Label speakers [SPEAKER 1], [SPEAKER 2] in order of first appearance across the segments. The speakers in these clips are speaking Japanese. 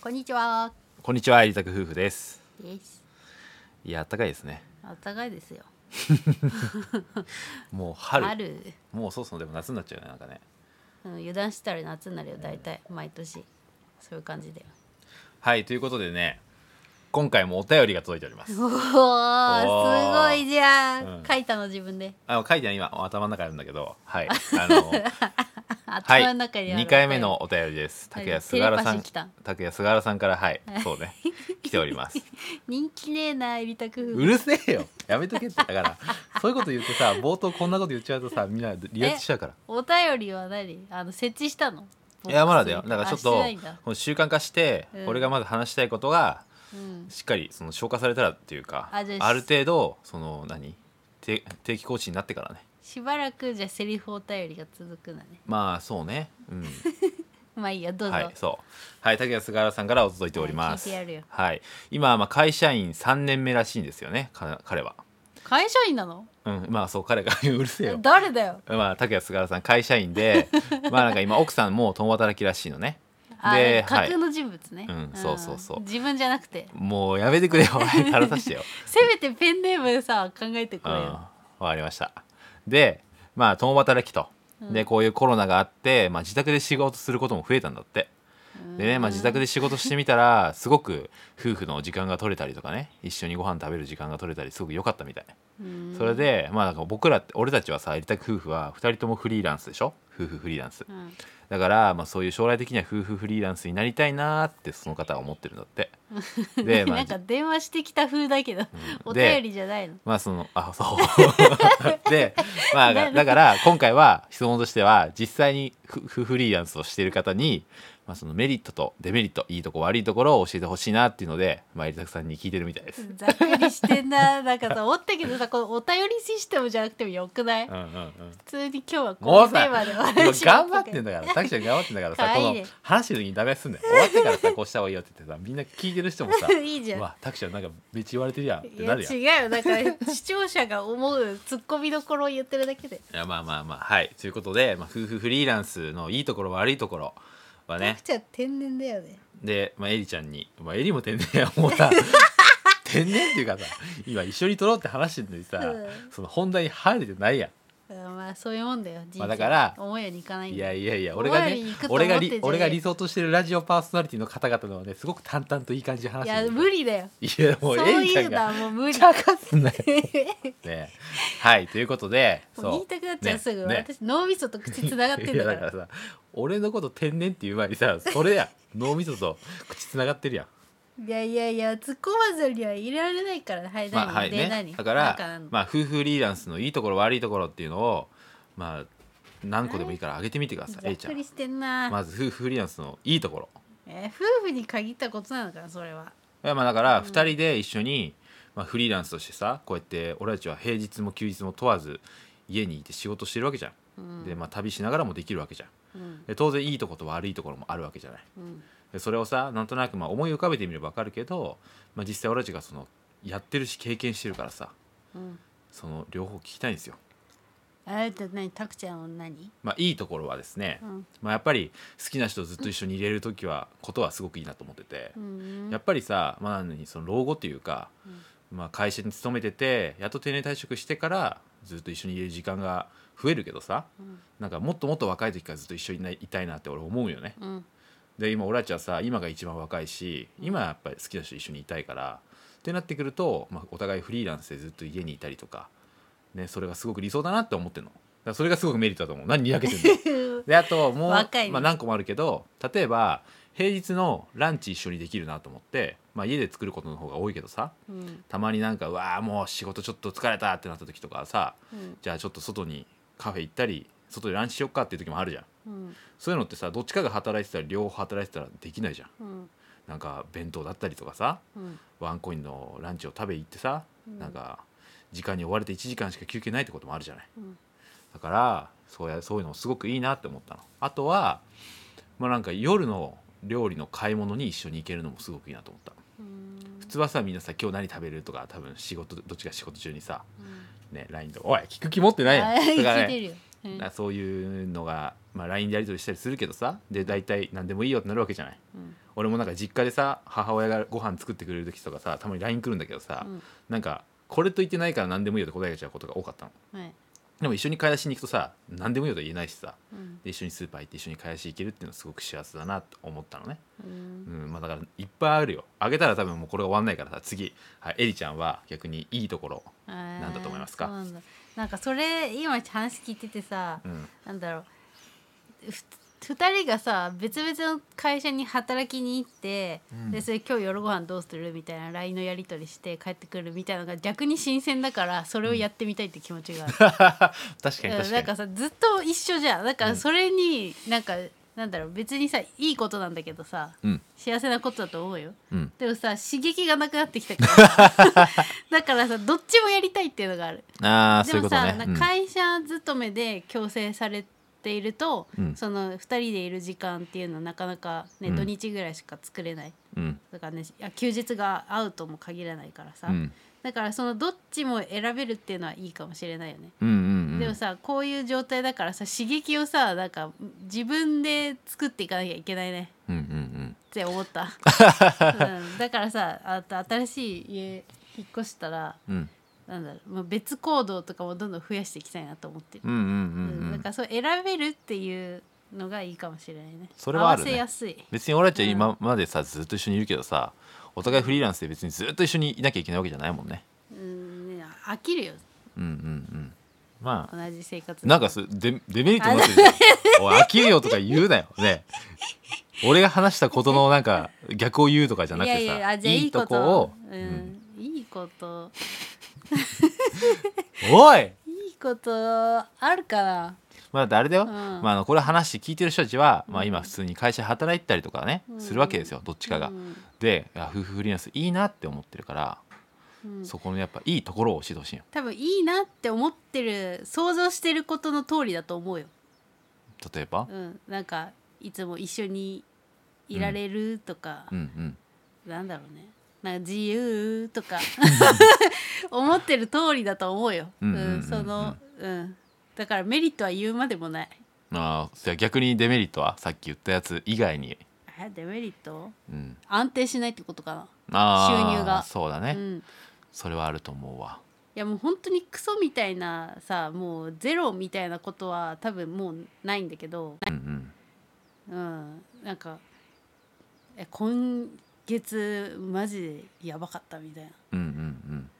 [SPEAKER 1] こんにちは。
[SPEAKER 2] こんにちは、エリザク夫婦です。
[SPEAKER 1] です。
[SPEAKER 2] いや、暖かいですね。
[SPEAKER 1] あったかいですよ。
[SPEAKER 2] もう春。
[SPEAKER 1] 春
[SPEAKER 2] もうそうそう、でも夏になっちゃうね、なんかね。
[SPEAKER 1] うん、油断したら夏になるよ、大体、毎年。そういう感じで。
[SPEAKER 2] はい、ということでね。今回もお便りが届いております。
[SPEAKER 1] おお、すごいじゃん、
[SPEAKER 2] うん
[SPEAKER 1] 書いたの自分で。
[SPEAKER 2] あ、書いてない、今、頭の中にあるんだけど。はい。あ の。は
[SPEAKER 1] 頭の
[SPEAKER 2] い。
[SPEAKER 1] 中にある。
[SPEAKER 2] 二回目のお便りです。
[SPEAKER 1] はい
[SPEAKER 2] 竹谷菅原さ
[SPEAKER 1] テレパシ
[SPEAKER 2] ん。
[SPEAKER 1] ー来た
[SPEAKER 2] 竹谷菅原さんから、はい、そうね。来ており ます。
[SPEAKER 1] 人気ねえな、エリタク夫
[SPEAKER 2] う
[SPEAKER 1] 婦。
[SPEAKER 2] るせえよ。やめとけって、だから。そういうこと言ってさ、冒頭こんなこと言っちゃうとさ、みんなリアクしちゃうから。
[SPEAKER 1] お便りは何、あの設置したの。
[SPEAKER 2] いやまだだよ
[SPEAKER 1] ボ
[SPEAKER 2] だ
[SPEAKER 1] ッ
[SPEAKER 2] からち
[SPEAKER 1] ク
[SPEAKER 2] ょっ
[SPEAKER 1] ス
[SPEAKER 2] と
[SPEAKER 1] にあしてないんだ
[SPEAKER 2] この習慣化して、
[SPEAKER 1] うん
[SPEAKER 2] 俺がまず話したいことが
[SPEAKER 1] うん。
[SPEAKER 2] しっかりその消化されたらっていうか
[SPEAKER 1] あじゃあ
[SPEAKER 2] る程度その何て定期更新になってからね
[SPEAKER 1] しばらくじゃあセリフお便りが続くのね。
[SPEAKER 2] まあそうねうん
[SPEAKER 1] まあいいや、どうぞ。
[SPEAKER 2] はいそうはい竹谷菅原さんからお届いております、
[SPEAKER 1] は
[SPEAKER 2] は
[SPEAKER 1] 聞い
[SPEAKER 2] いい
[SPEAKER 1] てやるよ
[SPEAKER 2] 今まあ会社員3年目らしいんですよねか彼は
[SPEAKER 1] 会社員なの。
[SPEAKER 2] うんまあそう彼が うるせえよ
[SPEAKER 1] 誰だよ。
[SPEAKER 2] まあ竹谷菅原さん会社 員でまあなんか今奥さんも共働きらしいのね
[SPEAKER 1] あ
[SPEAKER 2] で
[SPEAKER 1] 架
[SPEAKER 2] はい
[SPEAKER 1] 空の人物ね、
[SPEAKER 2] うんそうそうそう
[SPEAKER 1] 自分じゃなくて
[SPEAKER 2] もうやめてくれよお前垂らさしてよ
[SPEAKER 1] せめてペンネームでさ考えてくれ
[SPEAKER 2] うん、
[SPEAKER 1] よ
[SPEAKER 2] わ、かりましたでまあ共働きと、でこういうコロナがあって、まあ、自宅で仕事することも増えたんだってでね、まあ、自宅で仕事してみたらすごく夫婦の時間が取れたりとかね一緒にご飯食べる時間が取れたりすごく良かったみたいそれで、まあ、なんか僕らって俺たちはさ有田夫婦は2人ともフリーランスでしょ夫婦フリーランス
[SPEAKER 1] うん
[SPEAKER 2] だから、まあ、そういう将来的には夫婦フリーランスになりたいなーってその方は思ってるんだって で、ま
[SPEAKER 1] な
[SPEAKER 2] あ
[SPEAKER 1] ん、か電話してきた風だけど、お
[SPEAKER 2] で
[SPEAKER 1] 便りじゃないの
[SPEAKER 2] まあそのあそう でまあだだから今回は質問としては実際にフフフリーランスをしている方に、まあ、そのメリットとデメリットいいとこ悪いところを教えてほしいなっていうのでまあエリザクさんに聞いてるみたいです。
[SPEAKER 1] ざっくりしてんな なんかさ思ったけどさこのお便りシステムじゃなくてもよくない、
[SPEAKER 2] うん
[SPEAKER 1] 普
[SPEAKER 2] うんうん、
[SPEAKER 1] 通に今日はこ
[SPEAKER 2] も
[SPEAKER 1] の
[SPEAKER 2] う
[SPEAKER 1] テ
[SPEAKER 2] さ
[SPEAKER 1] ーマでお
[SPEAKER 2] もう
[SPEAKER 1] 話し
[SPEAKER 2] 頑張ってん
[SPEAKER 1] だ
[SPEAKER 2] だからタキちゃん頑張ってんだから
[SPEAKER 1] か
[SPEAKER 2] さ
[SPEAKER 1] わ
[SPEAKER 2] こ
[SPEAKER 1] いいね
[SPEAKER 2] の話してる時にダメすんだよ終わってからさこうした方がいいよって言ってさみんな 聞いてる人もさ
[SPEAKER 1] いいじゃん
[SPEAKER 2] うわタキちゃんなんかめっちゃ言われてるやんって
[SPEAKER 1] い
[SPEAKER 2] な
[SPEAKER 1] や
[SPEAKER 2] るやん。い
[SPEAKER 1] 違うよだから視聴者が思うツッコミどころを言ってるだけで、
[SPEAKER 2] やまあまあまあはいということで、まあ、夫婦フリーランスのいいところ悪いところは
[SPEAKER 1] ね、
[SPEAKER 2] ね
[SPEAKER 1] ちゃん天然だよね
[SPEAKER 2] で、まあ、エリちゃんに、まあ、エリも天 然やもうさ天然っていうかさ今一緒に撮ろうって話してるのにさ、
[SPEAKER 1] うん
[SPEAKER 2] その本題に入れてないやん
[SPEAKER 1] うんまあそういうもんだよ人生、
[SPEAKER 2] まあだから
[SPEAKER 1] 思うようにいかないん
[SPEAKER 2] い
[SPEAKER 1] だよ
[SPEAKER 2] やいやいや俺が
[SPEAKER 1] お前らに
[SPEAKER 2] ね
[SPEAKER 1] 行くと思っ
[SPEAKER 2] 俺
[SPEAKER 1] てん
[SPEAKER 2] が
[SPEAKER 1] じゃね
[SPEAKER 2] り
[SPEAKER 1] え
[SPEAKER 2] 俺が理想としてるラジオパーソナリティの方々のはねすごく淡々といい感じで
[SPEAKER 1] い
[SPEAKER 2] 話して
[SPEAKER 1] や
[SPEAKER 2] る
[SPEAKER 1] 無理だよ
[SPEAKER 2] いやも
[SPEAKER 1] そうう
[SPEAKER 2] エリち
[SPEAKER 1] い
[SPEAKER 2] ゃ
[SPEAKER 1] うんのは
[SPEAKER 2] が
[SPEAKER 1] もう無理
[SPEAKER 2] 茶化 すんなよ
[SPEAKER 1] も
[SPEAKER 2] ねはいということで
[SPEAKER 1] う言いたくなっちゃう、
[SPEAKER 2] ね
[SPEAKER 1] すぐ、
[SPEAKER 2] ね
[SPEAKER 1] 私脳みそと口つながってん
[SPEAKER 2] いや
[SPEAKER 1] だか
[SPEAKER 2] だ
[SPEAKER 1] ら
[SPEAKER 2] からさ俺のこと天然っていう前にさそれや脳みそと口つながってるやん
[SPEAKER 1] いやいやいや突っ込まずにはいられないからはい
[SPEAKER 2] ま
[SPEAKER 1] 何、
[SPEAKER 2] あはい
[SPEAKER 1] で
[SPEAKER 2] ね
[SPEAKER 1] 何、
[SPEAKER 2] だ
[SPEAKER 1] な
[SPEAKER 2] か
[SPEAKER 1] ん
[SPEAKER 2] ら
[SPEAKER 1] なん
[SPEAKER 2] まあ夫婦フリーランスのいいところ悪いところっていうのをまあ何個でもいいから上げてみてください
[SPEAKER 1] ざ
[SPEAKER 2] A
[SPEAKER 1] っ
[SPEAKER 2] ちゃ
[SPEAKER 1] く
[SPEAKER 2] ん
[SPEAKER 1] りしてんな、
[SPEAKER 2] まず夫婦フリーランスのいいところ
[SPEAKER 1] えー夫婦に限ったことなのかなそれはい
[SPEAKER 2] やまあだから2人で一緒に、まあ、フリーランスとしてさこうやって俺たちは平日も休日も問わず家にいて仕事してるわけじゃん、
[SPEAKER 1] うん
[SPEAKER 2] でまあ旅しながらもできるわけじゃん
[SPEAKER 1] うん
[SPEAKER 2] で当然いいとこと悪いところもあるわけじゃない
[SPEAKER 1] うん
[SPEAKER 2] でそれをさなんとなくまあ思い浮かべてみれば分かるけど、まあ、実際俺たちがそのやってるし経験してるからさ
[SPEAKER 1] うん
[SPEAKER 2] その両方聞きたいんですよ
[SPEAKER 1] あなた何タクちゃんは何
[SPEAKER 2] まあ、いいところはですね、
[SPEAKER 1] うん
[SPEAKER 2] まあ、やっぱり好きな人をずっと一緒に入れる時はことはすごくいいなと思ってて
[SPEAKER 1] う、ん
[SPEAKER 2] やっぱりさ、まあ、なのにその老後というか、まあ、会社に勤めててやっと定年退職してからずっと一緒にいる時間が増えるけどさ、なんかもっともっと若い時からずっと一緒にいないいたいなって俺思うよね。
[SPEAKER 1] うん
[SPEAKER 2] で今俺たちはさ今が一番若いし今やっぱり好きな人と一緒にいたいからってなってくると、まあ、お互いフリーランスでずっと家にいたりとか、ね、それがすごく理想だなって思ってるのだからそれがすごくメリットだと思う何にやけてんのであともう、
[SPEAKER 1] 若いね
[SPEAKER 2] まあ、何個もあるけど例えば平日のランチ一緒にできるなと思って、まあ、家で作ることの方が多いけどさ
[SPEAKER 1] うん
[SPEAKER 2] たまになんかうわーもう仕事ちょっと疲れたってなった時とかはさ
[SPEAKER 1] うん
[SPEAKER 2] じゃあちょっと外にカフェ行ったり外でランチしよっかっていう時もあるじゃん
[SPEAKER 1] うん
[SPEAKER 2] そういうのってさどっちかが働いてたら両方働いてたらできないじゃん
[SPEAKER 1] うん
[SPEAKER 2] なんか弁当だったりとかさ
[SPEAKER 1] うん
[SPEAKER 2] ワンコインのランチを食べ行ってさ、
[SPEAKER 1] うん
[SPEAKER 2] なんか時間に追われて1時間しか休憩ないってこともあるじゃない、
[SPEAKER 1] うん
[SPEAKER 2] だからそうやそういうのすごくいいなって思ったのあとはまあなんか夜の料理の買い物に一緒に行けるのもすごくいいなと思った
[SPEAKER 1] うん
[SPEAKER 2] 普通はさみんなさ今日何食べるとか多分仕事どっちが仕事中にさね LINE とか「おい聞く気持ってないやん」とか
[SPEAKER 1] 聞い
[SPEAKER 2] ね
[SPEAKER 1] てるようん
[SPEAKER 2] なそういうのが、まあ、LINE でやり取りしたりするけどさで大体何でもいいよってなるわけじゃない、
[SPEAKER 1] うん
[SPEAKER 2] 俺もなんか実家でさ母親がご飯作ってくれる時とかさたまに LINE 来るんだけどさ、
[SPEAKER 1] うん
[SPEAKER 2] なんかこれと言ってないから何でもいいよって答えちゃうことが多かったの
[SPEAKER 1] はい
[SPEAKER 2] でも一緒に買い出しに行くとさ何でもいいよと言えないしさ
[SPEAKER 1] うん
[SPEAKER 2] で一緒にスーパー行って一緒に買い出し行けるっていうのはすごく幸せだなと思ったのね
[SPEAKER 1] うん
[SPEAKER 2] うんまあだからいっぱいあるよあげたら多分もうこれが終わんないからさ次、はい、エリちゃんは逆にいいところ
[SPEAKER 1] なん
[SPEAKER 2] だと思いますか
[SPEAKER 1] なんだなんかそれ今話聞いててさ、
[SPEAKER 2] うん
[SPEAKER 1] なんだろうふ2人がさ別々の会社に働きに行って、
[SPEAKER 2] うん
[SPEAKER 1] でそれ今日夜ご飯どうするみたいな LINE のやり取りして帰ってくるみたいなのが逆に新鮮だからそれをやってみたいって気持ちがある、
[SPEAKER 2] 確
[SPEAKER 1] う
[SPEAKER 2] かに
[SPEAKER 1] ん、なん
[SPEAKER 2] 確か
[SPEAKER 1] か
[SPEAKER 2] に
[SPEAKER 1] さずっと一緒じゃんだからそれになんか、なんだろう別にさいいことなんだけどさ、
[SPEAKER 2] うん
[SPEAKER 1] 幸せなことだと思うよ
[SPEAKER 2] うん
[SPEAKER 1] でもさ刺激がなくなってきたから だからさどっちもやりたいっていうのがある
[SPEAKER 2] ああそう
[SPEAKER 1] で
[SPEAKER 2] いう
[SPEAKER 1] も
[SPEAKER 2] こと
[SPEAKER 1] さ、
[SPEAKER 2] ね
[SPEAKER 1] なんか会社勤めで強制されていると、
[SPEAKER 2] うん
[SPEAKER 1] その2人でいる時間っていうのはなかなか、ね
[SPEAKER 2] うん
[SPEAKER 1] 土日ぐらいしか作れない
[SPEAKER 2] うんうん
[SPEAKER 1] だからねいや休日が合うとも限らないからさ、
[SPEAKER 2] うん
[SPEAKER 1] だからそのどっちも選べるっていうのはいいかもしれないよね、
[SPEAKER 2] うんうんうん
[SPEAKER 1] でもさこういう状態だからさ刺激をさなんか自分で作っていかなきゃいけないね
[SPEAKER 2] うんうんうん
[SPEAKER 1] って思 った、うん、だからさあと新しい家引っ越したら
[SPEAKER 2] うん
[SPEAKER 1] なんだろうもう別行動とかもどんどん増やしていきたいなと思ってる、
[SPEAKER 2] うんう
[SPEAKER 1] う
[SPEAKER 2] ん
[SPEAKER 1] ん
[SPEAKER 2] うんう
[SPEAKER 1] なん
[SPEAKER 2] ん
[SPEAKER 1] かそう選べるっていうのがいいかもしれないね
[SPEAKER 2] それはある
[SPEAKER 1] 合
[SPEAKER 2] ね
[SPEAKER 1] わせやすい
[SPEAKER 2] 別に俺たち今までさずっと一緒にいるけどさお互いフリーランスで別にずっと一緒にいなきゃいけないわけじゃないもんね
[SPEAKER 1] うん、ね、飽きるよ
[SPEAKER 2] うんうんうんまあ
[SPEAKER 1] 同じ生活
[SPEAKER 2] なんかすデデメリットになってるじゃんおい飽きるよとか言うなよね俺が話したことのなんか逆を言うとかじゃなくてさ
[SPEAKER 1] いやいやあじゃあいい
[SPEAKER 2] と
[SPEAKER 1] こと
[SPEAKER 2] こを、
[SPEAKER 1] うんいいこと
[SPEAKER 2] おい
[SPEAKER 1] いいことあるかな
[SPEAKER 2] まあ、だってあれだよ、
[SPEAKER 1] ん
[SPEAKER 2] まあ、あのこれ話聞いてる人たちは、まあ、今普通に会社で働いてたりとかね、するわけですよどっちかが。
[SPEAKER 1] うん
[SPEAKER 2] でいや夫婦フリーランスいいなって思ってるから、
[SPEAKER 1] うん
[SPEAKER 2] そこのやっぱいいところを教えてほしいよ
[SPEAKER 1] 多分いいなって思ってる想像してることの通りだと思うよ、
[SPEAKER 2] 例えば、
[SPEAKER 1] うん、なんかいつも一緒にいられるとか、
[SPEAKER 2] うん、うん
[SPEAKER 1] なんだろうねなんか自由と か思ってる通りだと思うよ、
[SPEAKER 2] うんうんうんうん
[SPEAKER 1] うんその、うん、だからメリットは言うまでもない
[SPEAKER 2] まあじゃあ逆にデメリットはさっき言ったやつ以外に、
[SPEAKER 1] えデメリット
[SPEAKER 2] うん、
[SPEAKER 1] 安定しないってことかな、
[SPEAKER 2] あー
[SPEAKER 1] 収入が
[SPEAKER 2] そうだ
[SPEAKER 1] う
[SPEAKER 2] ね、
[SPEAKER 1] ん、い
[SPEAKER 2] それはあると思うわ
[SPEAKER 1] やもう本当にクソみたいなさもうゼロみたいなことは多分もうないんだけど、
[SPEAKER 2] うんうん
[SPEAKER 1] うん、なんかえ今月マジでやばかったみたいな
[SPEAKER 2] うんうんうん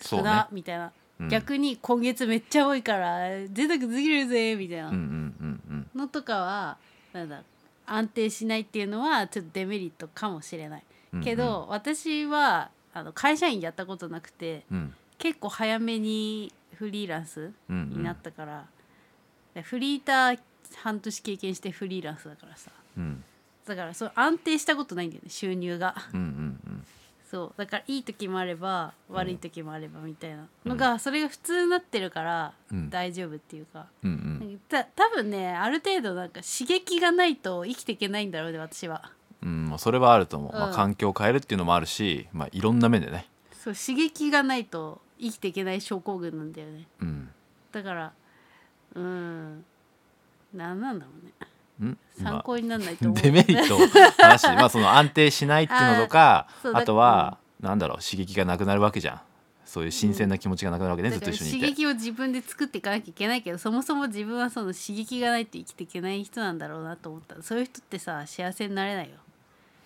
[SPEAKER 2] そ
[SPEAKER 1] 少
[SPEAKER 2] う
[SPEAKER 1] な、
[SPEAKER 2] ね、
[SPEAKER 1] みたいな、
[SPEAKER 2] うん、
[SPEAKER 1] 逆に今月めっちゃ多いから贅沢すぎるぜみたいな、
[SPEAKER 2] うんうんうん
[SPEAKER 1] のとかはなんだ安定しないっていうのはちょっとデメリットかもしれない
[SPEAKER 2] うん
[SPEAKER 1] けど、私はあの会社員やったことなくて
[SPEAKER 2] うん
[SPEAKER 1] 結構早めにフリーランス
[SPEAKER 2] うんうん
[SPEAKER 1] になったから、でフリーター半年経験してフリーランスだからさ
[SPEAKER 2] うん
[SPEAKER 1] だからそう安定したことないんだよね収入が
[SPEAKER 2] うんうんうん
[SPEAKER 1] そうだからいい時もあれば悪い時もあればみたいなのが、それが普通になってるから
[SPEAKER 2] うん
[SPEAKER 1] 大丈夫っていうか、
[SPEAKER 2] うんうん
[SPEAKER 1] た多分ねある程度なんか刺激がないと生きていけないんだろうね私は
[SPEAKER 2] うんまあそれはあると思う、ま
[SPEAKER 1] う
[SPEAKER 2] あ、
[SPEAKER 1] ん
[SPEAKER 2] 環境を変えるっていうのもあるし、まあ、いろんな面でね、
[SPEAKER 1] そう刺激がないと生きていけない症候群なんだよね
[SPEAKER 2] うん、
[SPEAKER 1] だからうーん何なんだろうね
[SPEAKER 2] ん
[SPEAKER 1] 参考にならないと
[SPEAKER 2] ま
[SPEAKER 1] 思
[SPEAKER 2] あ
[SPEAKER 1] う、
[SPEAKER 2] デメリットを 話しまあその安定しないっていうのとか
[SPEAKER 1] あーそう
[SPEAKER 2] あ
[SPEAKER 1] だ
[SPEAKER 2] とは、なんだろう刺激がなくなるわけじゃんそういう新鮮な気持ちがなくなるわけね、
[SPEAKER 1] だ
[SPEAKER 2] ずっ
[SPEAKER 1] か
[SPEAKER 2] と
[SPEAKER 1] ら
[SPEAKER 2] 一緒に
[SPEAKER 1] 刺
[SPEAKER 2] いて
[SPEAKER 1] 激を自分で作っていかなきゃいけないけどそもそも自分はその刺激がないと生きていけない人なんだろうなと思ったそういう人ってさ幸せになれないよ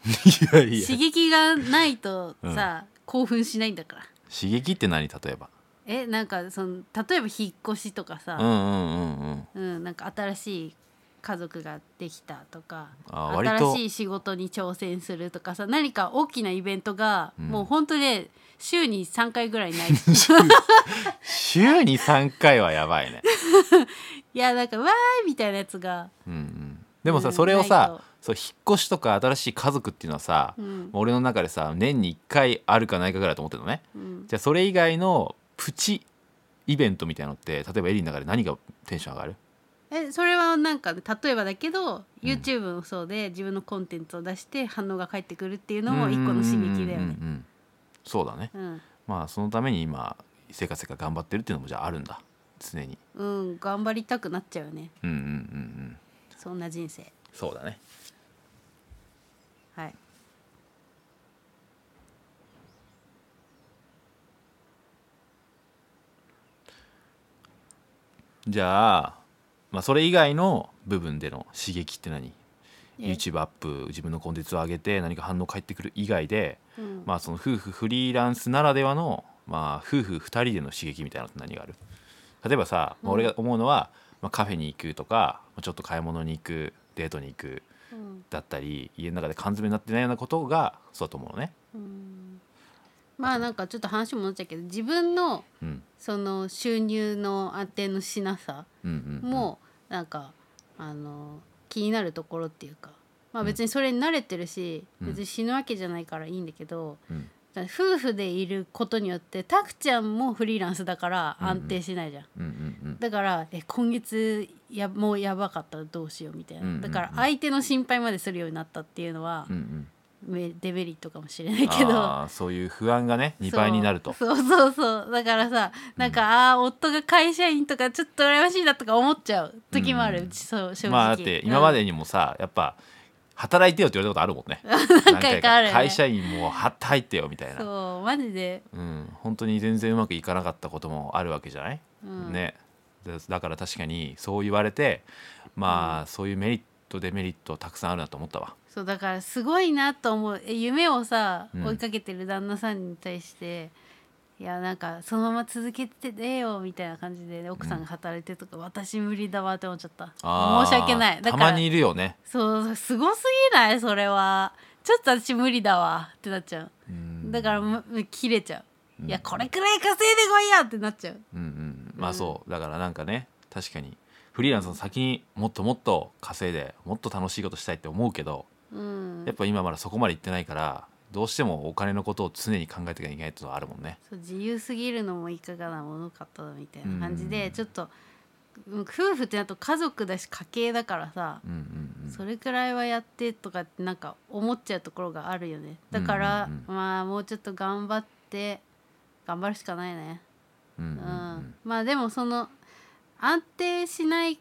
[SPEAKER 2] いやいや
[SPEAKER 1] 刺
[SPEAKER 2] 刺
[SPEAKER 1] 激がないとさ、興奮しないんだから
[SPEAKER 2] 激って何例えば
[SPEAKER 1] えなんかその例えば引っ越しとかさ、
[SPEAKER 2] うんうんうんうん
[SPEAKER 1] うん、なんか新しい家族ができたとか
[SPEAKER 2] あー割と
[SPEAKER 1] 新しい仕事に挑戦するとかさ何か大きなイベントが、
[SPEAKER 2] うん
[SPEAKER 1] もう本当ね週に3回ぐらい ない
[SPEAKER 2] 週に3回はやばいね、
[SPEAKER 1] いやなんかわーいみたいなやつが、
[SPEAKER 2] うんうん、でもさ、
[SPEAKER 1] うん
[SPEAKER 2] それを
[SPEAKER 1] な
[SPEAKER 2] さ
[SPEAKER 1] いと
[SPEAKER 2] そう引っ越しとか新しい家族っていうのはさ、
[SPEAKER 1] うん
[SPEAKER 2] 俺の中でさ年に1回あるかないかぐらいだと思ってるのね
[SPEAKER 1] うん、
[SPEAKER 2] じゃあそれ以外のプチイベントみたいなのって例えばエリーの中で何がテンション上がる
[SPEAKER 1] えそれはなんか例えばだけど、YouTube もそうで自分のコンテンツを出して反応が返ってくるっていうのも一個の刺激だよ
[SPEAKER 2] うんうんうん
[SPEAKER 1] ね。
[SPEAKER 2] うんそうだね
[SPEAKER 1] うん、
[SPEAKER 2] まあそのために今生活が頑張ってるっていうのもじゃああるんだ常に
[SPEAKER 1] うん、頑張りたくなっちゃうよね
[SPEAKER 2] うんうんうんうん
[SPEAKER 1] そんな人生。
[SPEAKER 2] そうだね
[SPEAKER 1] はい
[SPEAKER 2] じゃあ,、まあそれ以外の部分での刺激って何
[SPEAKER 1] え
[SPEAKER 2] YouTube アップ自分のコンテンツを上げて何か反応返ってくる以外で、
[SPEAKER 1] うん
[SPEAKER 2] まあ、その夫婦フリーランスならではの、まあ、夫婦2人での刺激みたいなのって何がある例えばさ、まあ俺が思うのは、まあ、カフェに行くとかまあちょっと買い物に行くデートに行く
[SPEAKER 1] うん
[SPEAKER 2] だったり家の中で缶詰になってないようなことがそうだと思うのね。
[SPEAKER 1] うんまあなんかちょっと話戻っちゃうけど自分の
[SPEAKER 2] うん
[SPEAKER 1] その収入の安定のしなさ
[SPEAKER 2] うんうん
[SPEAKER 1] もなんか、あの気になるところっていうか、まあ、別にそれに慣れてるし、
[SPEAKER 2] うん
[SPEAKER 1] 別に死ぬわけじゃないからいいんだけど、
[SPEAKER 2] うん
[SPEAKER 1] だから夫婦でいることによってタクちゃんもフリーランスだから安定しないじゃん。
[SPEAKER 2] うんうん
[SPEAKER 1] だからえ今月やもうやばかったらどうしようみたいな、
[SPEAKER 2] うんうんうん
[SPEAKER 1] だから相手の心配までするようになったっていうのは
[SPEAKER 2] うんう、ん
[SPEAKER 1] めデメリットかもしれな
[SPEAKER 2] う
[SPEAKER 1] い
[SPEAKER 2] ん
[SPEAKER 1] けど
[SPEAKER 2] あーそういう不安がね2倍になると。
[SPEAKER 1] そう そうそうそうだからさなんか、ああ夫が会社員とかちょっと羨ましいなとか思っちゃう時もある、
[SPEAKER 2] うん
[SPEAKER 1] そう正直
[SPEAKER 2] まあだって今ま
[SPEAKER 1] うん
[SPEAKER 2] でにもさやっぱ働いてよって言われたことあるもんね。
[SPEAKER 1] 何回かあるよね
[SPEAKER 2] 会社員もう入ってよみたいな。
[SPEAKER 1] そうマジで、
[SPEAKER 2] うん本当に全然うまくいかなかったこともあるわけじゃない、
[SPEAKER 1] うん、
[SPEAKER 2] ねだだから確かにそう言われてまあ、そういうメリットデメリットたくさんあるなと思ったわ
[SPEAKER 1] そうだからすごいなと思うえ夢をさ
[SPEAKER 2] うん
[SPEAKER 1] 追いかけてる旦那さんに対して、いやなんかそのまま続けててよみたいな感じで、奥さんが働いてるとか、私無理だわって思っちゃった
[SPEAKER 2] あー
[SPEAKER 1] 申し訳ないだ
[SPEAKER 2] た
[SPEAKER 1] から
[SPEAKER 2] まにいるよね
[SPEAKER 1] そうすごすぎないそれはちょっと私無理だわってなっちゃう
[SPEAKER 2] うん
[SPEAKER 1] だからむ切れちゃう、
[SPEAKER 2] うん
[SPEAKER 1] いやこれくらい稼いでこいやってなっちゃう
[SPEAKER 2] うんうんまあそうだからなんかね確かにフリーランスの先にもっともっと稼いでもっと楽しいことしたいって思うけど
[SPEAKER 1] うん
[SPEAKER 2] やっぱ今まだそこまで行ってないからどうしてもお金のことを常に考えていかなきゃいけないっていうのはあるもんね
[SPEAKER 1] そう自由すぎるのもいかがなものかとみたいな感じ
[SPEAKER 2] うんう
[SPEAKER 1] で
[SPEAKER 2] ん
[SPEAKER 1] ちょっとうん夫婦ってなると家族だし家計だからさ
[SPEAKER 2] うんうんうん
[SPEAKER 1] それくらいはやってとかってなんか思っちゃうところがあるよねだから
[SPEAKER 2] うんうん
[SPEAKER 1] まあもうちょっと頑張って頑張るしかないね
[SPEAKER 2] うん
[SPEAKER 1] う
[SPEAKER 2] うん
[SPEAKER 1] んまあでもその安定しない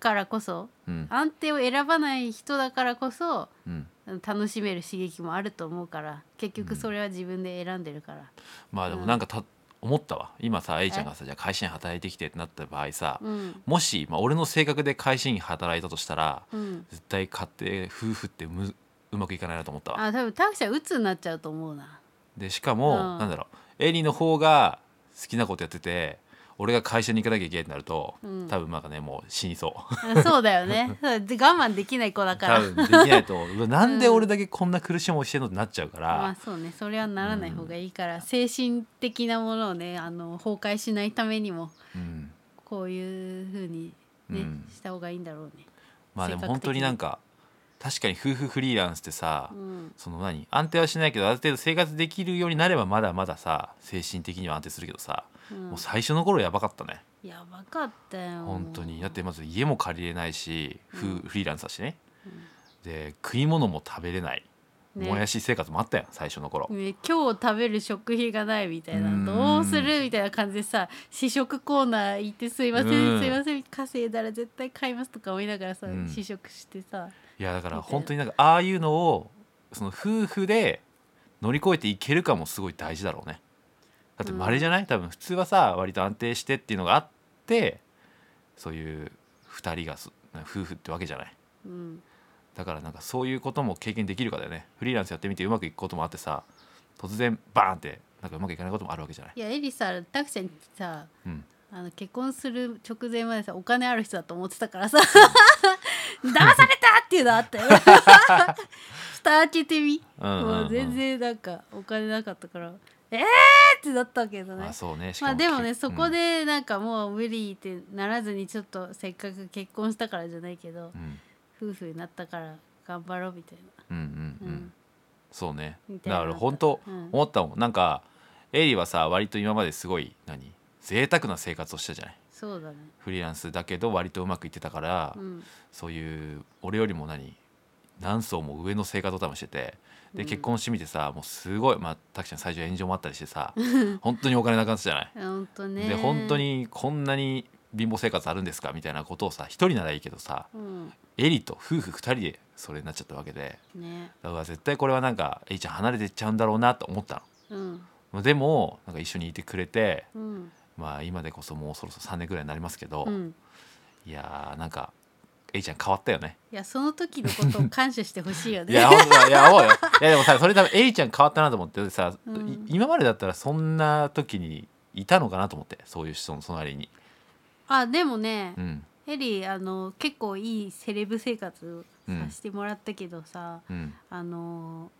[SPEAKER 1] からこそ
[SPEAKER 2] うん
[SPEAKER 1] 安定を選ばない人だからこそ
[SPEAKER 2] うん
[SPEAKER 1] 楽しめる刺激もあると思うから結局それは自分で選んでるから、
[SPEAKER 2] まあでもなんかた、思ったわ今さ A ちゃんがさじゃあ会社員働いてきてってなった場合さ、
[SPEAKER 1] うん
[SPEAKER 2] もし、まあ、俺の性格で会社員働いたとしたら
[SPEAKER 1] うん、
[SPEAKER 2] 絶対家庭夫婦ってむうまくいかないなと思ったわ
[SPEAKER 1] あ多分タクシーは鬱になっちゃうと思うな
[SPEAKER 2] でしかも、
[SPEAKER 1] うん
[SPEAKER 2] なんだろうエリの方が好きなことやってて俺が会社に行かなきゃいけないってなると、
[SPEAKER 1] うん
[SPEAKER 2] 多分なんかねもう死にそう
[SPEAKER 1] あそうだよねそうで我慢できない子だか
[SPEAKER 2] 多
[SPEAKER 1] ら
[SPEAKER 2] 分できないとうわなんで俺だけこんな苦しい思いしてんのってなっちゃう か
[SPEAKER 1] まあ
[SPEAKER 2] ら、
[SPEAKER 1] そうねそれはならない方がいいから、精神的なものをねあの崩壊しないためにも
[SPEAKER 2] うん
[SPEAKER 1] こういうふうにね、
[SPEAKER 2] うん
[SPEAKER 1] した方がいいんだろうね、
[SPEAKER 2] まあでも
[SPEAKER 1] 性格的に
[SPEAKER 2] 本当になんか確かに夫婦フリーランスってさ、
[SPEAKER 1] うん、
[SPEAKER 2] その何安定はしないけどある程度生活できるようになればまだまださ精神的には安定するけどさ、
[SPEAKER 1] うん
[SPEAKER 2] もう最初の頃やばかったね
[SPEAKER 1] やばかったよ
[SPEAKER 2] 本当にだ
[SPEAKER 1] や
[SPEAKER 2] ってまず家も借りれないし、ふ
[SPEAKER 1] うん
[SPEAKER 2] フリーランスだしね、で食い物も食べれない、
[SPEAKER 1] ね
[SPEAKER 2] もやし生活もあったよ最初の頃、
[SPEAKER 1] ね、今日食べる食費がないみたいな
[SPEAKER 2] うん
[SPEAKER 1] どうするみたいな感じでさ試食コーナー行って「すいませ
[SPEAKER 2] うん
[SPEAKER 1] んすいません稼いだら絶対買います」とか思いながらさ、
[SPEAKER 2] うん
[SPEAKER 1] 試食してさ
[SPEAKER 2] いやだから
[SPEAKER 1] みたいな
[SPEAKER 2] 本当になんかああいうのをその夫婦で乗り越えていけるかもすごい大事だろうねだってまれじゃない、多分普通はさ割と安定してっていうのがあってそういう2人がす夫婦ってわけじゃない
[SPEAKER 1] うん
[SPEAKER 2] だからなんかそういうことも経験できるかだよねフリーランスやってみてうまくいくこともあってさ突然バーンってなんかうまくいかないこともあるわけじゃない、
[SPEAKER 1] いやエリさタクちゃんさ
[SPEAKER 2] うん、
[SPEAKER 1] あの結婚する直前までさお金ある人だと思ってたからさ騙 されたっていうのあったよ 蓋開けてみ、
[SPEAKER 2] うんうんうん
[SPEAKER 1] もう全然なんかお金なかったから「えー!」ってなったけどね
[SPEAKER 2] あそうねし
[SPEAKER 1] まあでもねそこ
[SPEAKER 2] で、
[SPEAKER 1] でなんかもう無理ってならずにちょっとせっかく結婚したからじゃないけど
[SPEAKER 2] う、ん
[SPEAKER 1] 夫婦になったから頑張ろうみたい
[SPEAKER 2] うんうんうん
[SPEAKER 1] な、うん
[SPEAKER 2] そうね
[SPEAKER 1] みたい
[SPEAKER 2] だ
[SPEAKER 1] な
[SPEAKER 2] から本当
[SPEAKER 1] うん
[SPEAKER 2] 思ったもん、なんかエイリはさ割と今まですごい何贅沢な生活をしたじゃない
[SPEAKER 1] そうだね
[SPEAKER 2] フリーランスだけど割とうまくいってたから、
[SPEAKER 1] うん
[SPEAKER 2] そういう俺よりも何何層も上の生活を多分してて
[SPEAKER 1] う
[SPEAKER 2] で
[SPEAKER 1] ん
[SPEAKER 2] 結婚してみてさもうすごいまあタクちゃん最初炎上もあったりしてさ本当にお金なくなったじゃない
[SPEAKER 1] 本当ね
[SPEAKER 2] で本当、にこんなに貧乏生活あるんですかみたいなことをさ一人ならいいけどさ
[SPEAKER 1] うん、
[SPEAKER 2] エリと夫婦二人でそれになっちゃったわけで
[SPEAKER 1] ね
[SPEAKER 2] だから絶対これはなんか A ちゃん離れてっちゃうんだろうなと思った
[SPEAKER 1] うん
[SPEAKER 2] のでもなんか一緒にいてくれて
[SPEAKER 1] うん
[SPEAKER 2] まあ今でこそもうそろそろ3年ぐらいになりますけど、
[SPEAKER 1] うん
[SPEAKER 2] いやーなんか A ちゃん変わったよね
[SPEAKER 1] いやその時のこと を感謝してほしいよ
[SPEAKER 2] い
[SPEAKER 1] ね
[SPEAKER 2] や、本当いや、おうよ。いや、でもさ、それ多分、エイちゃん変わったなと思ってさ、
[SPEAKER 1] うん
[SPEAKER 2] い今までだったら、そんな時にいたのかなと思って、そういう人の隣に。
[SPEAKER 1] あでもね、
[SPEAKER 2] うん、
[SPEAKER 1] エリーあの結構いいセレブ生活させてもらったけどさ、
[SPEAKER 2] うん、
[SPEAKER 1] あの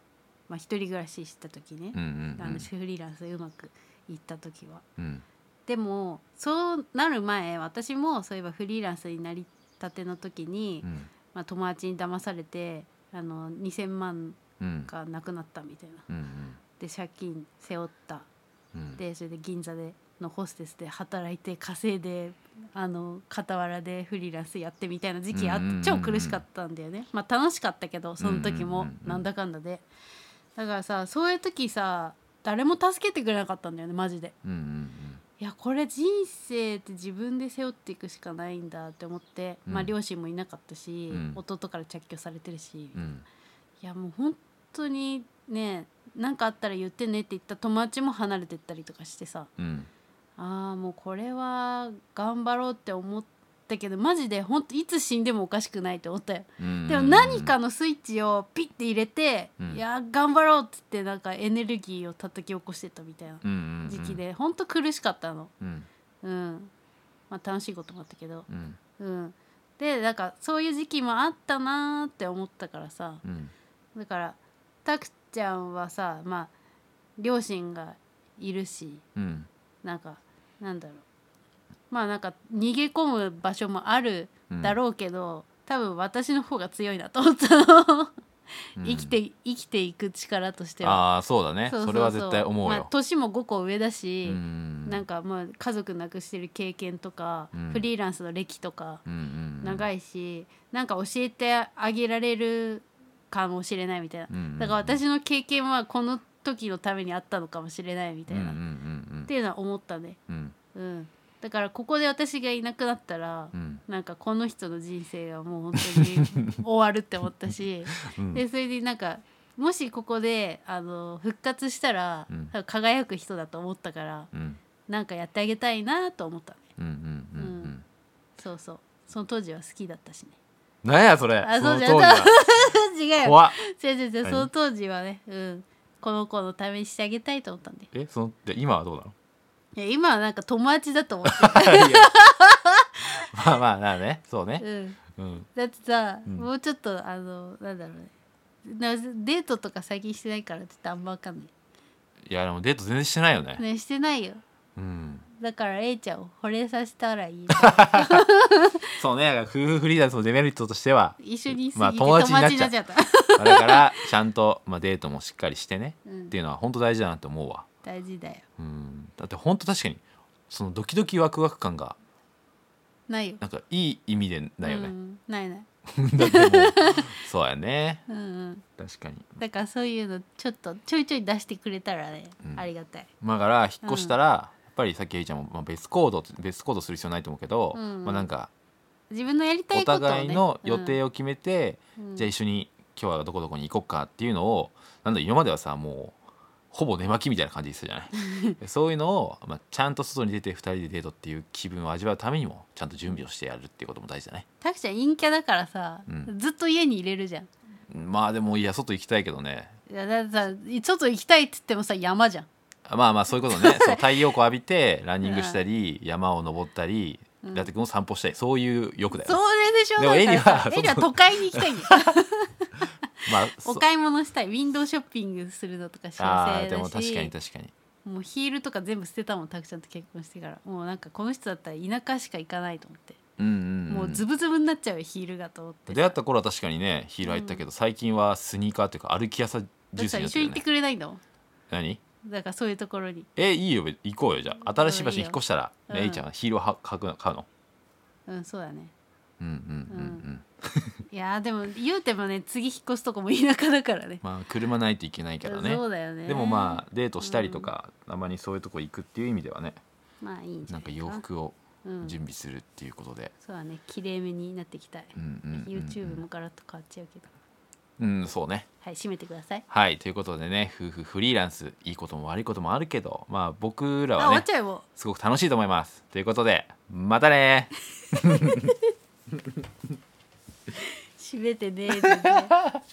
[SPEAKER 1] まあ一人暮らしした時ね
[SPEAKER 2] うん、う、
[SPEAKER 1] あの
[SPEAKER 2] ん、
[SPEAKER 1] フリーランスでうまくいった時は
[SPEAKER 2] うん、
[SPEAKER 1] でもそうなる前私もそういえばフリーランスになりたての時に、
[SPEAKER 2] うん、
[SPEAKER 1] まあ、友達に騙されてあの2,000万
[SPEAKER 2] うん、
[SPEAKER 1] がなくなったみたいな
[SPEAKER 2] うん、うん、
[SPEAKER 1] で借金背負った
[SPEAKER 2] うん、
[SPEAKER 1] でそれで銀座でのホステスで働いて稼いであの傍らでフリーランスやってみたいな時期あっ
[SPEAKER 2] うんうんうんうん
[SPEAKER 1] て超苦しかったんだよねまあ楽しかったけどその時
[SPEAKER 2] うん
[SPEAKER 1] も
[SPEAKER 2] うんうんうん
[SPEAKER 1] なんだかんだでだからさそういう時さ誰も助けてくれなかったんだよねマジで
[SPEAKER 2] うん、うん、
[SPEAKER 1] いやこれ人生って自分で背負っていくしかないんだって思って、
[SPEAKER 2] うん
[SPEAKER 1] まあ両親もいなかったし、
[SPEAKER 2] うん
[SPEAKER 1] 弟から着去されてるし、
[SPEAKER 2] う
[SPEAKER 1] い
[SPEAKER 2] ん、
[SPEAKER 1] やもう本当にね何かあったら言ってねって言った友達も離れてったりとかしてさ
[SPEAKER 2] うん、
[SPEAKER 1] ああもうこれは頑張ろうって思ったけどマジで本当いつ死んでもおかしくないって思ったよ。
[SPEAKER 2] うん。
[SPEAKER 1] でも何かのスイッチをピッて入れて、
[SPEAKER 2] うん
[SPEAKER 1] いやー頑張ろうっつってなんかエネルギーを叩き起こしてたみたいな
[SPEAKER 2] うん、うん、うん
[SPEAKER 1] 時期。で本当苦しかったの。
[SPEAKER 2] うん、
[SPEAKER 1] うんまあ、楽しいこともあったけど、
[SPEAKER 2] うん、
[SPEAKER 1] うん、でなんかそういう時期もあったなーって思ったからさ
[SPEAKER 2] うん、
[SPEAKER 1] だからたくちゃんはさまあ両親がいるし
[SPEAKER 2] うん、
[SPEAKER 1] なんかなんだろうまあなんか逃げ込む場所もあるだろうけど、多分私の方が強いなと思ったの
[SPEAKER 2] うん
[SPEAKER 1] 生き。て生きていく力としては。
[SPEAKER 2] ああ、そうだね。
[SPEAKER 1] ううう
[SPEAKER 2] それは絶対思う
[SPEAKER 1] まあ
[SPEAKER 2] よ。
[SPEAKER 1] 年も5個上だ
[SPEAKER 2] う
[SPEAKER 1] し、
[SPEAKER 2] ん、
[SPEAKER 1] なん
[SPEAKER 2] か。
[SPEAKER 1] かまあ家族亡くしてる経験とか、
[SPEAKER 2] うん
[SPEAKER 1] フリーランスの歴とか
[SPEAKER 2] うん、うん、
[SPEAKER 1] 長
[SPEAKER 2] い。
[SPEAKER 1] いし、なんか教えてあげられるかもしれないみたいな、
[SPEAKER 2] うん
[SPEAKER 1] だから。私の経験はこの時のためにあったのかもしれないみた
[SPEAKER 2] うん、
[SPEAKER 1] い
[SPEAKER 2] うん、
[SPEAKER 1] な、
[SPEAKER 2] う
[SPEAKER 1] っ
[SPEAKER 2] ん、
[SPEAKER 1] ていうのは思ったね、
[SPEAKER 2] うん、
[SPEAKER 1] うん、だからここで私がいなくなったら、
[SPEAKER 2] うん、
[SPEAKER 1] なんかこの人の人生はもう本当に終わるって思ったし
[SPEAKER 2] うん。
[SPEAKER 1] でそれでなんかもしここであの復活したら、
[SPEAKER 2] うん
[SPEAKER 1] 多分輝く人だと思ったから。
[SPEAKER 2] うん。
[SPEAKER 1] なんかやってあげたいなと思ったね
[SPEAKER 2] うんうんうんう
[SPEAKER 1] うんんそうそうその当時は好きだったしね
[SPEAKER 2] なんやそれ
[SPEAKER 1] あ
[SPEAKER 2] そ
[SPEAKER 1] そ
[SPEAKER 2] の
[SPEAKER 1] う
[SPEAKER 2] 当
[SPEAKER 1] じゃん
[SPEAKER 2] 時は
[SPEAKER 1] 違うよ
[SPEAKER 2] 怖っ
[SPEAKER 1] 違う違う違うそ
[SPEAKER 2] 何
[SPEAKER 1] の当時はねうんこの子のためにしてあげたいと思ったんで
[SPEAKER 2] えその で今はどう
[SPEAKER 1] いや今はなんか友達だと思っ
[SPEAKER 2] なのいや まあまあなあねそう
[SPEAKER 1] て、
[SPEAKER 2] ね
[SPEAKER 1] うん、
[SPEAKER 2] うん
[SPEAKER 1] だってさ、
[SPEAKER 2] うん
[SPEAKER 1] もうちょっとあのなんだろうねなデートとか最近してないからちょっとあんまわかんない
[SPEAKER 2] やでもデート全然してないよね
[SPEAKER 1] いねしてないよ
[SPEAKER 2] うん
[SPEAKER 1] だから A ちゃんを惚れさせたら いい
[SPEAKER 2] そうねだから夫婦フリーランスのデメリットとしては
[SPEAKER 1] 一緒に過ぎて
[SPEAKER 2] まあ
[SPEAKER 1] 友
[SPEAKER 2] 友
[SPEAKER 1] 達
[SPEAKER 2] 達
[SPEAKER 1] に
[SPEAKER 2] に
[SPEAKER 1] な
[SPEAKER 2] な
[SPEAKER 1] っち
[SPEAKER 2] っち
[SPEAKER 1] ゃ
[SPEAKER 2] ゃ
[SPEAKER 1] っ
[SPEAKER 2] う
[SPEAKER 1] た
[SPEAKER 2] まあだからちゃんと、 まあ、デートもしっかりしてね
[SPEAKER 1] う
[SPEAKER 2] っ
[SPEAKER 1] ん
[SPEAKER 2] て、いうのは本当大事だなって思うわ
[SPEAKER 1] 大事だよ
[SPEAKER 2] うんだって本当確かにそのドキドキワクワク感が
[SPEAKER 1] ないよ
[SPEAKER 2] なんかいい意味でだよ
[SPEAKER 1] う
[SPEAKER 2] ね、
[SPEAKER 1] ん、ないない
[SPEAKER 2] だってもうそうやね
[SPEAKER 1] うんうん
[SPEAKER 2] 確かに
[SPEAKER 1] だからそういうのちょっとちょいちょい出してくれたらね、
[SPEAKER 2] うん
[SPEAKER 1] ありがたい
[SPEAKER 2] まあだから引っ越したら、やっぱりさっきエイちゃんも、まあ、別行動別行動する必要ないと思うけど、
[SPEAKER 1] うんうん
[SPEAKER 2] まあなんか
[SPEAKER 1] 自分のやりた
[SPEAKER 2] お
[SPEAKER 1] いことを、ね、
[SPEAKER 2] 互いの予定を決めて、
[SPEAKER 1] うん、うん
[SPEAKER 2] じゃあ一緒に今日はどこどこに行こっかっていうのをなんだ今まではさもうほぼ寝巻きみたいな感じですじゃない そういうのを、まあ、ちゃんと外に出て2人でデートっていう気分を味わうためにもちゃんと準備をしてやるっていうことも大事だね
[SPEAKER 1] タクちゃん陰キャだからさ、
[SPEAKER 2] うん
[SPEAKER 1] ずっと家に入れるじゃん
[SPEAKER 2] まあでもいや外行きたいけどね
[SPEAKER 1] いやだってさちょっと行きたいって言ってもさ山じゃん
[SPEAKER 2] まあまあそういうこ とねそう太陽光浴びてランニングしたり、山を登ったり、ラテ君を散歩したりそういう欲だよ
[SPEAKER 1] それ
[SPEAKER 2] ね、
[SPEAKER 1] でしょ
[SPEAKER 2] でも
[SPEAKER 1] だからさ
[SPEAKER 2] エリは
[SPEAKER 1] エリは
[SPEAKER 2] そ
[SPEAKER 1] 都会に行きたいんだよ
[SPEAKER 2] まあ、 そ
[SPEAKER 1] お買い物したいウィンドウショッピングするのとか幸
[SPEAKER 2] あ
[SPEAKER 1] せ
[SPEAKER 2] ーでも
[SPEAKER 1] だ
[SPEAKER 2] 確かに
[SPEAKER 1] し
[SPEAKER 2] 確かに
[SPEAKER 1] もうヒールとか全部捨てたもんタクちゃんと結婚してからもうなんかこの人だったら田舎しか行かないと思って、
[SPEAKER 2] うんうん、うん、
[SPEAKER 1] もうズブズブになっちゃうよヒールがと思って
[SPEAKER 2] 出会った頃は確かにねヒール入ったけど、最近はスニーカーっていうか歩きやさ
[SPEAKER 1] だ
[SPEAKER 2] 重
[SPEAKER 1] っ
[SPEAKER 2] 視
[SPEAKER 1] たら
[SPEAKER 2] にな
[SPEAKER 1] 一緒
[SPEAKER 2] ってる
[SPEAKER 1] に行
[SPEAKER 2] よ
[SPEAKER 1] って
[SPEAKER 2] ね
[SPEAKER 1] くれないんだもん
[SPEAKER 2] 何
[SPEAKER 1] だからそういうところに、
[SPEAKER 2] えいいよ行こうよじゃあ新しい場所に引っ越したら、
[SPEAKER 1] うんいい
[SPEAKER 2] ね
[SPEAKER 1] よ
[SPEAKER 2] えいちゃんはヒールをは買うの買うの
[SPEAKER 1] うん、そうだね
[SPEAKER 2] うんうんうんうん、
[SPEAKER 1] いやーでも言うてもね次引っ越すとこも田舎だからね
[SPEAKER 2] まあ車ないといけないけどね
[SPEAKER 1] そうだよね
[SPEAKER 2] でもまあデートしたりとか、たまにそういうとこ行くっていう意味ではね
[SPEAKER 1] あまあいいんじゃ
[SPEAKER 2] なん
[SPEAKER 1] ない
[SPEAKER 2] か
[SPEAKER 1] かな
[SPEAKER 2] 洋服を
[SPEAKER 1] うん
[SPEAKER 2] 準備するっていうことで、
[SPEAKER 1] そうだねきれいめになっていきたい、
[SPEAKER 2] うんうんうんうん
[SPEAKER 1] YouTube もガラッと変わっちゃうけど
[SPEAKER 2] うんそうね
[SPEAKER 1] はい締めてください
[SPEAKER 2] はいということでね夫婦フリーランスいいことも悪いこともあるけどまあ僕ら
[SPEAKER 1] あ
[SPEAKER 2] は
[SPEAKER 1] 終わっ
[SPEAKER 2] ね
[SPEAKER 1] ちゃえも
[SPEAKER 2] すごく楽しいと思いますということでまたね
[SPEAKER 1] う締めてねーってね